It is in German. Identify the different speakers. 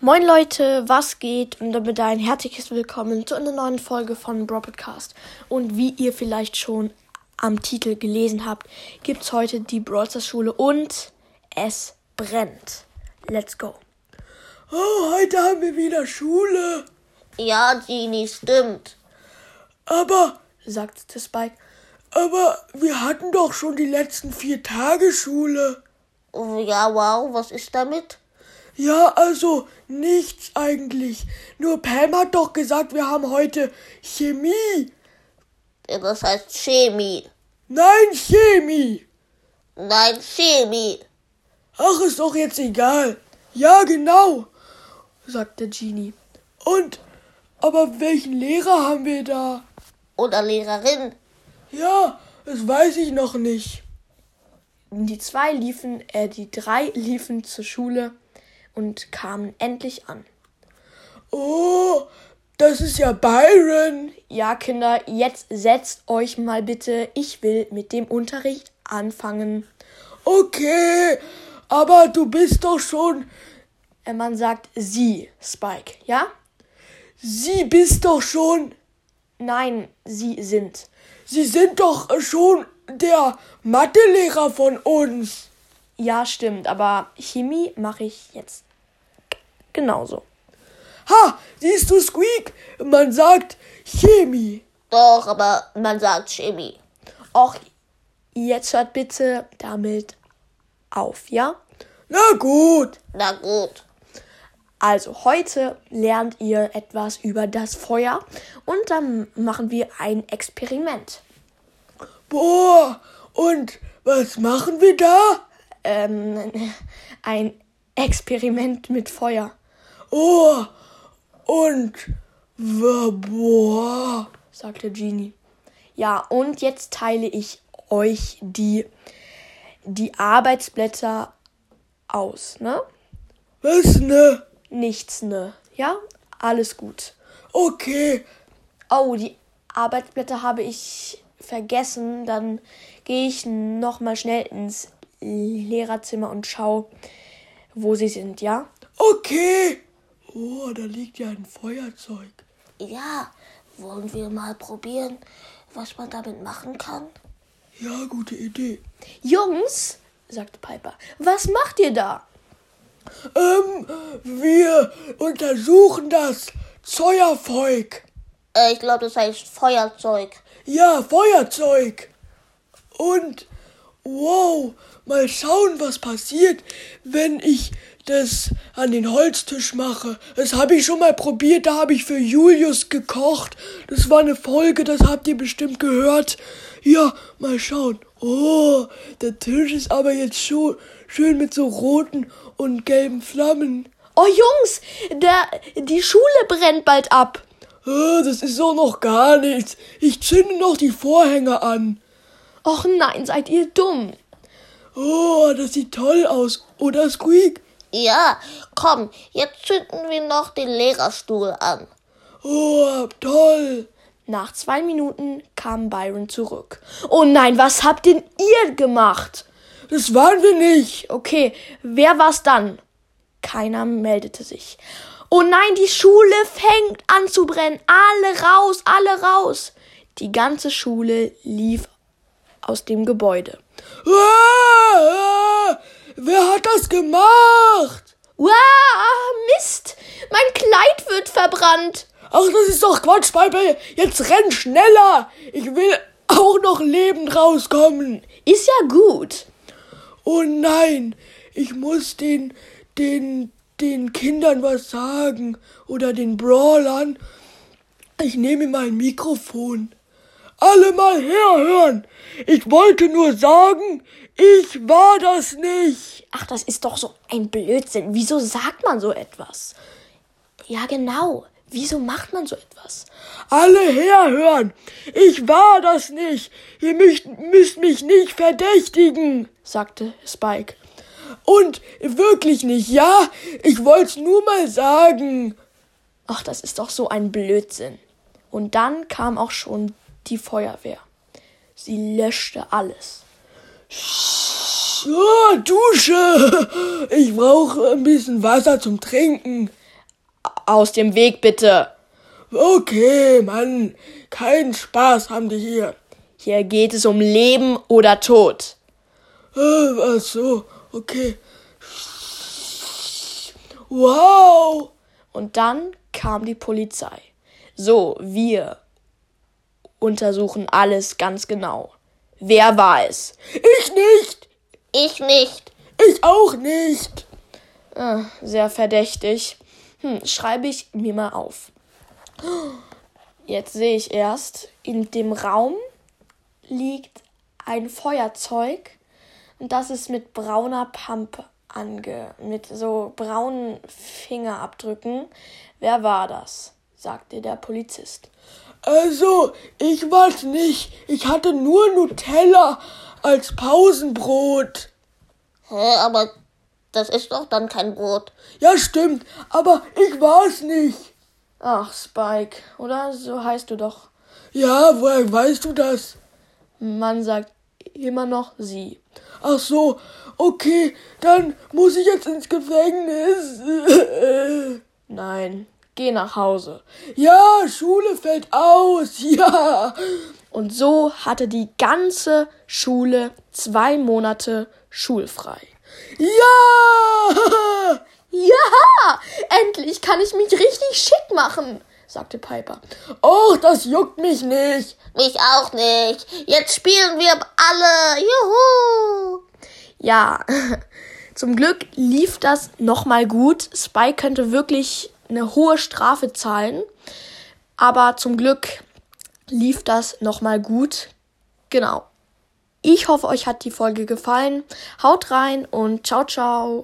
Speaker 1: Moin Leute, was geht? Und damit ein herzliches Willkommen zu einer neuen Folge von Broadcast. Und wie ihr vielleicht schon am Titel gelesen habt, gibt's heute die Brawlstars Schule und es brennt. Let's go.
Speaker 2: Oh, heute haben wir wieder Schule.
Speaker 3: Ja, Genie, stimmt.
Speaker 2: Aber,
Speaker 1: sagt Spike.
Speaker 2: aber wir hatten doch schon die letzten vier Tage Schule.
Speaker 3: Oh, Ja, wow, was ist damit?
Speaker 2: Ja, also nichts eigentlich. Nur Pam hat doch gesagt, wir haben heute Chemie.
Speaker 3: Ja, Das heißt Chemie.
Speaker 2: Nein, Chemie.
Speaker 3: Nein, Chemie.
Speaker 2: Ach, ist doch jetzt egal. Ja, genau, sagt der Genie. Und, aber welchen Lehrer haben wir da?
Speaker 3: Oder Lehrerin.
Speaker 2: Ja, das weiß ich noch nicht.
Speaker 1: Die zwei liefen, äh, die drei liefen zur Schule und kamen endlich an.
Speaker 2: Oh, das ist ja Byron.
Speaker 1: Ja, Kinder, jetzt setzt euch mal bitte. Ich will mit dem Unterricht anfangen.
Speaker 2: Okay, aber du bist doch schon,
Speaker 1: Äh, Man sagt sie, Spike, ja?
Speaker 2: sie bist doch schon,
Speaker 1: Nein, sie sind.
Speaker 2: sie sind doch schon der Mathelehrer von uns.
Speaker 1: Ja, stimmt, aber Chemie mache ich jetzt genauso.
Speaker 2: Ha, siehst du Squeak? Man sagt Chemie.
Speaker 3: Doch, aber man sagt Chemie.
Speaker 1: Auch jetzt hört bitte damit auf, ja?
Speaker 2: Na gut,
Speaker 3: Na gut.
Speaker 1: Also heute lernt ihr etwas über das Feuer und dann machen wir ein Experiment.
Speaker 2: boah, und was machen wir da?
Speaker 1: Ähm, ein Experiment mit Feuer,
Speaker 2: Oh, und, wa- boah,
Speaker 1: sagte Genie. Ja, und jetzt teile ich euch die, die Arbeitsblätter aus, ne?
Speaker 2: was ne?
Speaker 1: Nichts, ne? Ja? Alles gut.
Speaker 2: Okay,
Speaker 1: Oh, die Arbeitsblätter habe ich vergessen. Dann gehe ich nochmal schnell ins Lehrerzimmer und schaue, wo sie sind, ja?
Speaker 2: okay. Oh, da liegt ja ein Feuerzeug.
Speaker 3: Ja, wollen wir mal probieren, was man damit machen kann?
Speaker 2: Ja, gute Idee.
Speaker 1: Jungs, sagte Piper, was macht ihr da?
Speaker 2: Ähm, wir untersuchen das Feuerzeug.
Speaker 3: Äh, ich glaube, das heißt Feuerzeug.
Speaker 2: Ja, Feuerzeug. Und wow, mal schauen, was passiert, wenn ich das an den Holztisch mache. Das habe ich schon mal probiert, da habe ich für Julius gekocht. Das war eine Folge, das habt ihr bestimmt gehört. Ja, mal schauen. Oh, der Tisch ist aber jetzt schon schön mit so roten und gelben Flammen.
Speaker 1: Oh Jungs, der, die Schule brennt bald ab.
Speaker 2: Äh, Das ist so noch gar nichts. Ich zünde noch die Vorhänge an.
Speaker 1: Och nein, seid ihr dumm.
Speaker 2: Oh, das sieht toll aus. Oder Squeak?
Speaker 3: Ja, komm, jetzt zünden wir noch den Lehrerstuhl an.
Speaker 2: Oh, toll.
Speaker 1: Nach zwei Minuten kam Byron zurück. Oh nein, was habt denn ihr gemacht?
Speaker 2: Das waren wir nicht.
Speaker 1: Okay, wer war's dann? Keiner meldete sich. Oh nein, die Schule fängt an zu brennen. Alle raus, alle raus. Die ganze Schule lief aus dem Gebäude.
Speaker 2: Ah, ah, Oh, wer hat das gemacht?
Speaker 1: Wow, Mist! Mein Kleid wird verbrannt.
Speaker 2: Ach, das ist doch Quatsch, Piper. Jetzt renn schneller. Ich will auch noch lebend rauskommen.
Speaker 1: Ist ja gut.
Speaker 2: Oh nein, ich muss den, den, den Kindern was sagen. Oder den Brawlern. Ich nehme mal ein Mikrofon. Alle mal herhören. Ich wollte nur sagen, ich war das nicht.
Speaker 1: Ach, das ist doch so ein Blödsinn. Wieso sagt man so etwas? Ja, genau. Wieso macht man so etwas?
Speaker 2: Alle herhören. Ich war das nicht. Ihr müsst, müsst mich nicht verdächtigen.
Speaker 1: sagte Spike.
Speaker 2: Und wirklich nicht, ja? Ich wollt's nur mal sagen.
Speaker 1: Ach, das ist doch so ein Blödsinn. Und dann kam auch schon die Feuerwehr. Sie löschte alles.
Speaker 2: Oh, Ja, Dusche. Ich brauche ein bisschen Wasser zum Trinken.
Speaker 1: Aus dem Weg bitte.
Speaker 2: Okay, Mann. Keinen Spaß haben die hier.
Speaker 1: Hier geht es um Leben oder Tod.
Speaker 2: Äh, ach so, okay. Wow.
Speaker 1: Und dann kam die Polizei. So, wir untersuchen alles ganz genau. Wer war es?
Speaker 2: Ich nicht.
Speaker 3: Ich nicht.
Speaker 2: Ich auch nicht.
Speaker 1: Äh, sehr verdächtig. Hm, schreibe ich mir mal auf. Jetzt sehe ich erst, in dem Raum liegt ein Feuerzeug. Und das ist mit brauner Pampe ange... mit so braunen Fingerabdrücken. Wer war das? sagte der Polizist.
Speaker 2: Also, ich war's nicht. Ich hatte nur Nutella als Pausenbrot.
Speaker 3: Hä, aber das ist doch dann kein Brot.
Speaker 2: Ja, stimmt. Aber ich war's nicht.
Speaker 1: Ach, Spike, oder? So heißt du doch.
Speaker 2: Ja, woher weißt du das?
Speaker 1: Man sagt immer noch sie.
Speaker 2: Ach so, okay, dann muss ich jetzt ins Gefängnis.
Speaker 1: Nein, geh nach Hause.
Speaker 2: Ja, Schule fällt aus. Ja.
Speaker 1: Und so hatte die ganze Schule zwei Monate schulfrei.
Speaker 2: Ja.
Speaker 1: Ja, endlich kann ich mich richtig schick machen, sagte Piper.
Speaker 2: Och, das juckt mich nicht.
Speaker 3: Mich auch nicht. Jetzt spielen wir alle. Juhu.
Speaker 1: Ja, zum Glück lief das nochmal gut. Spike könnte wirklich eine hohe Strafe zahlen, aber zum Glück lief das nochmal gut. Genau. Ich hoffe, euch hat die Folge gefallen. Haut rein und ciao, ciao.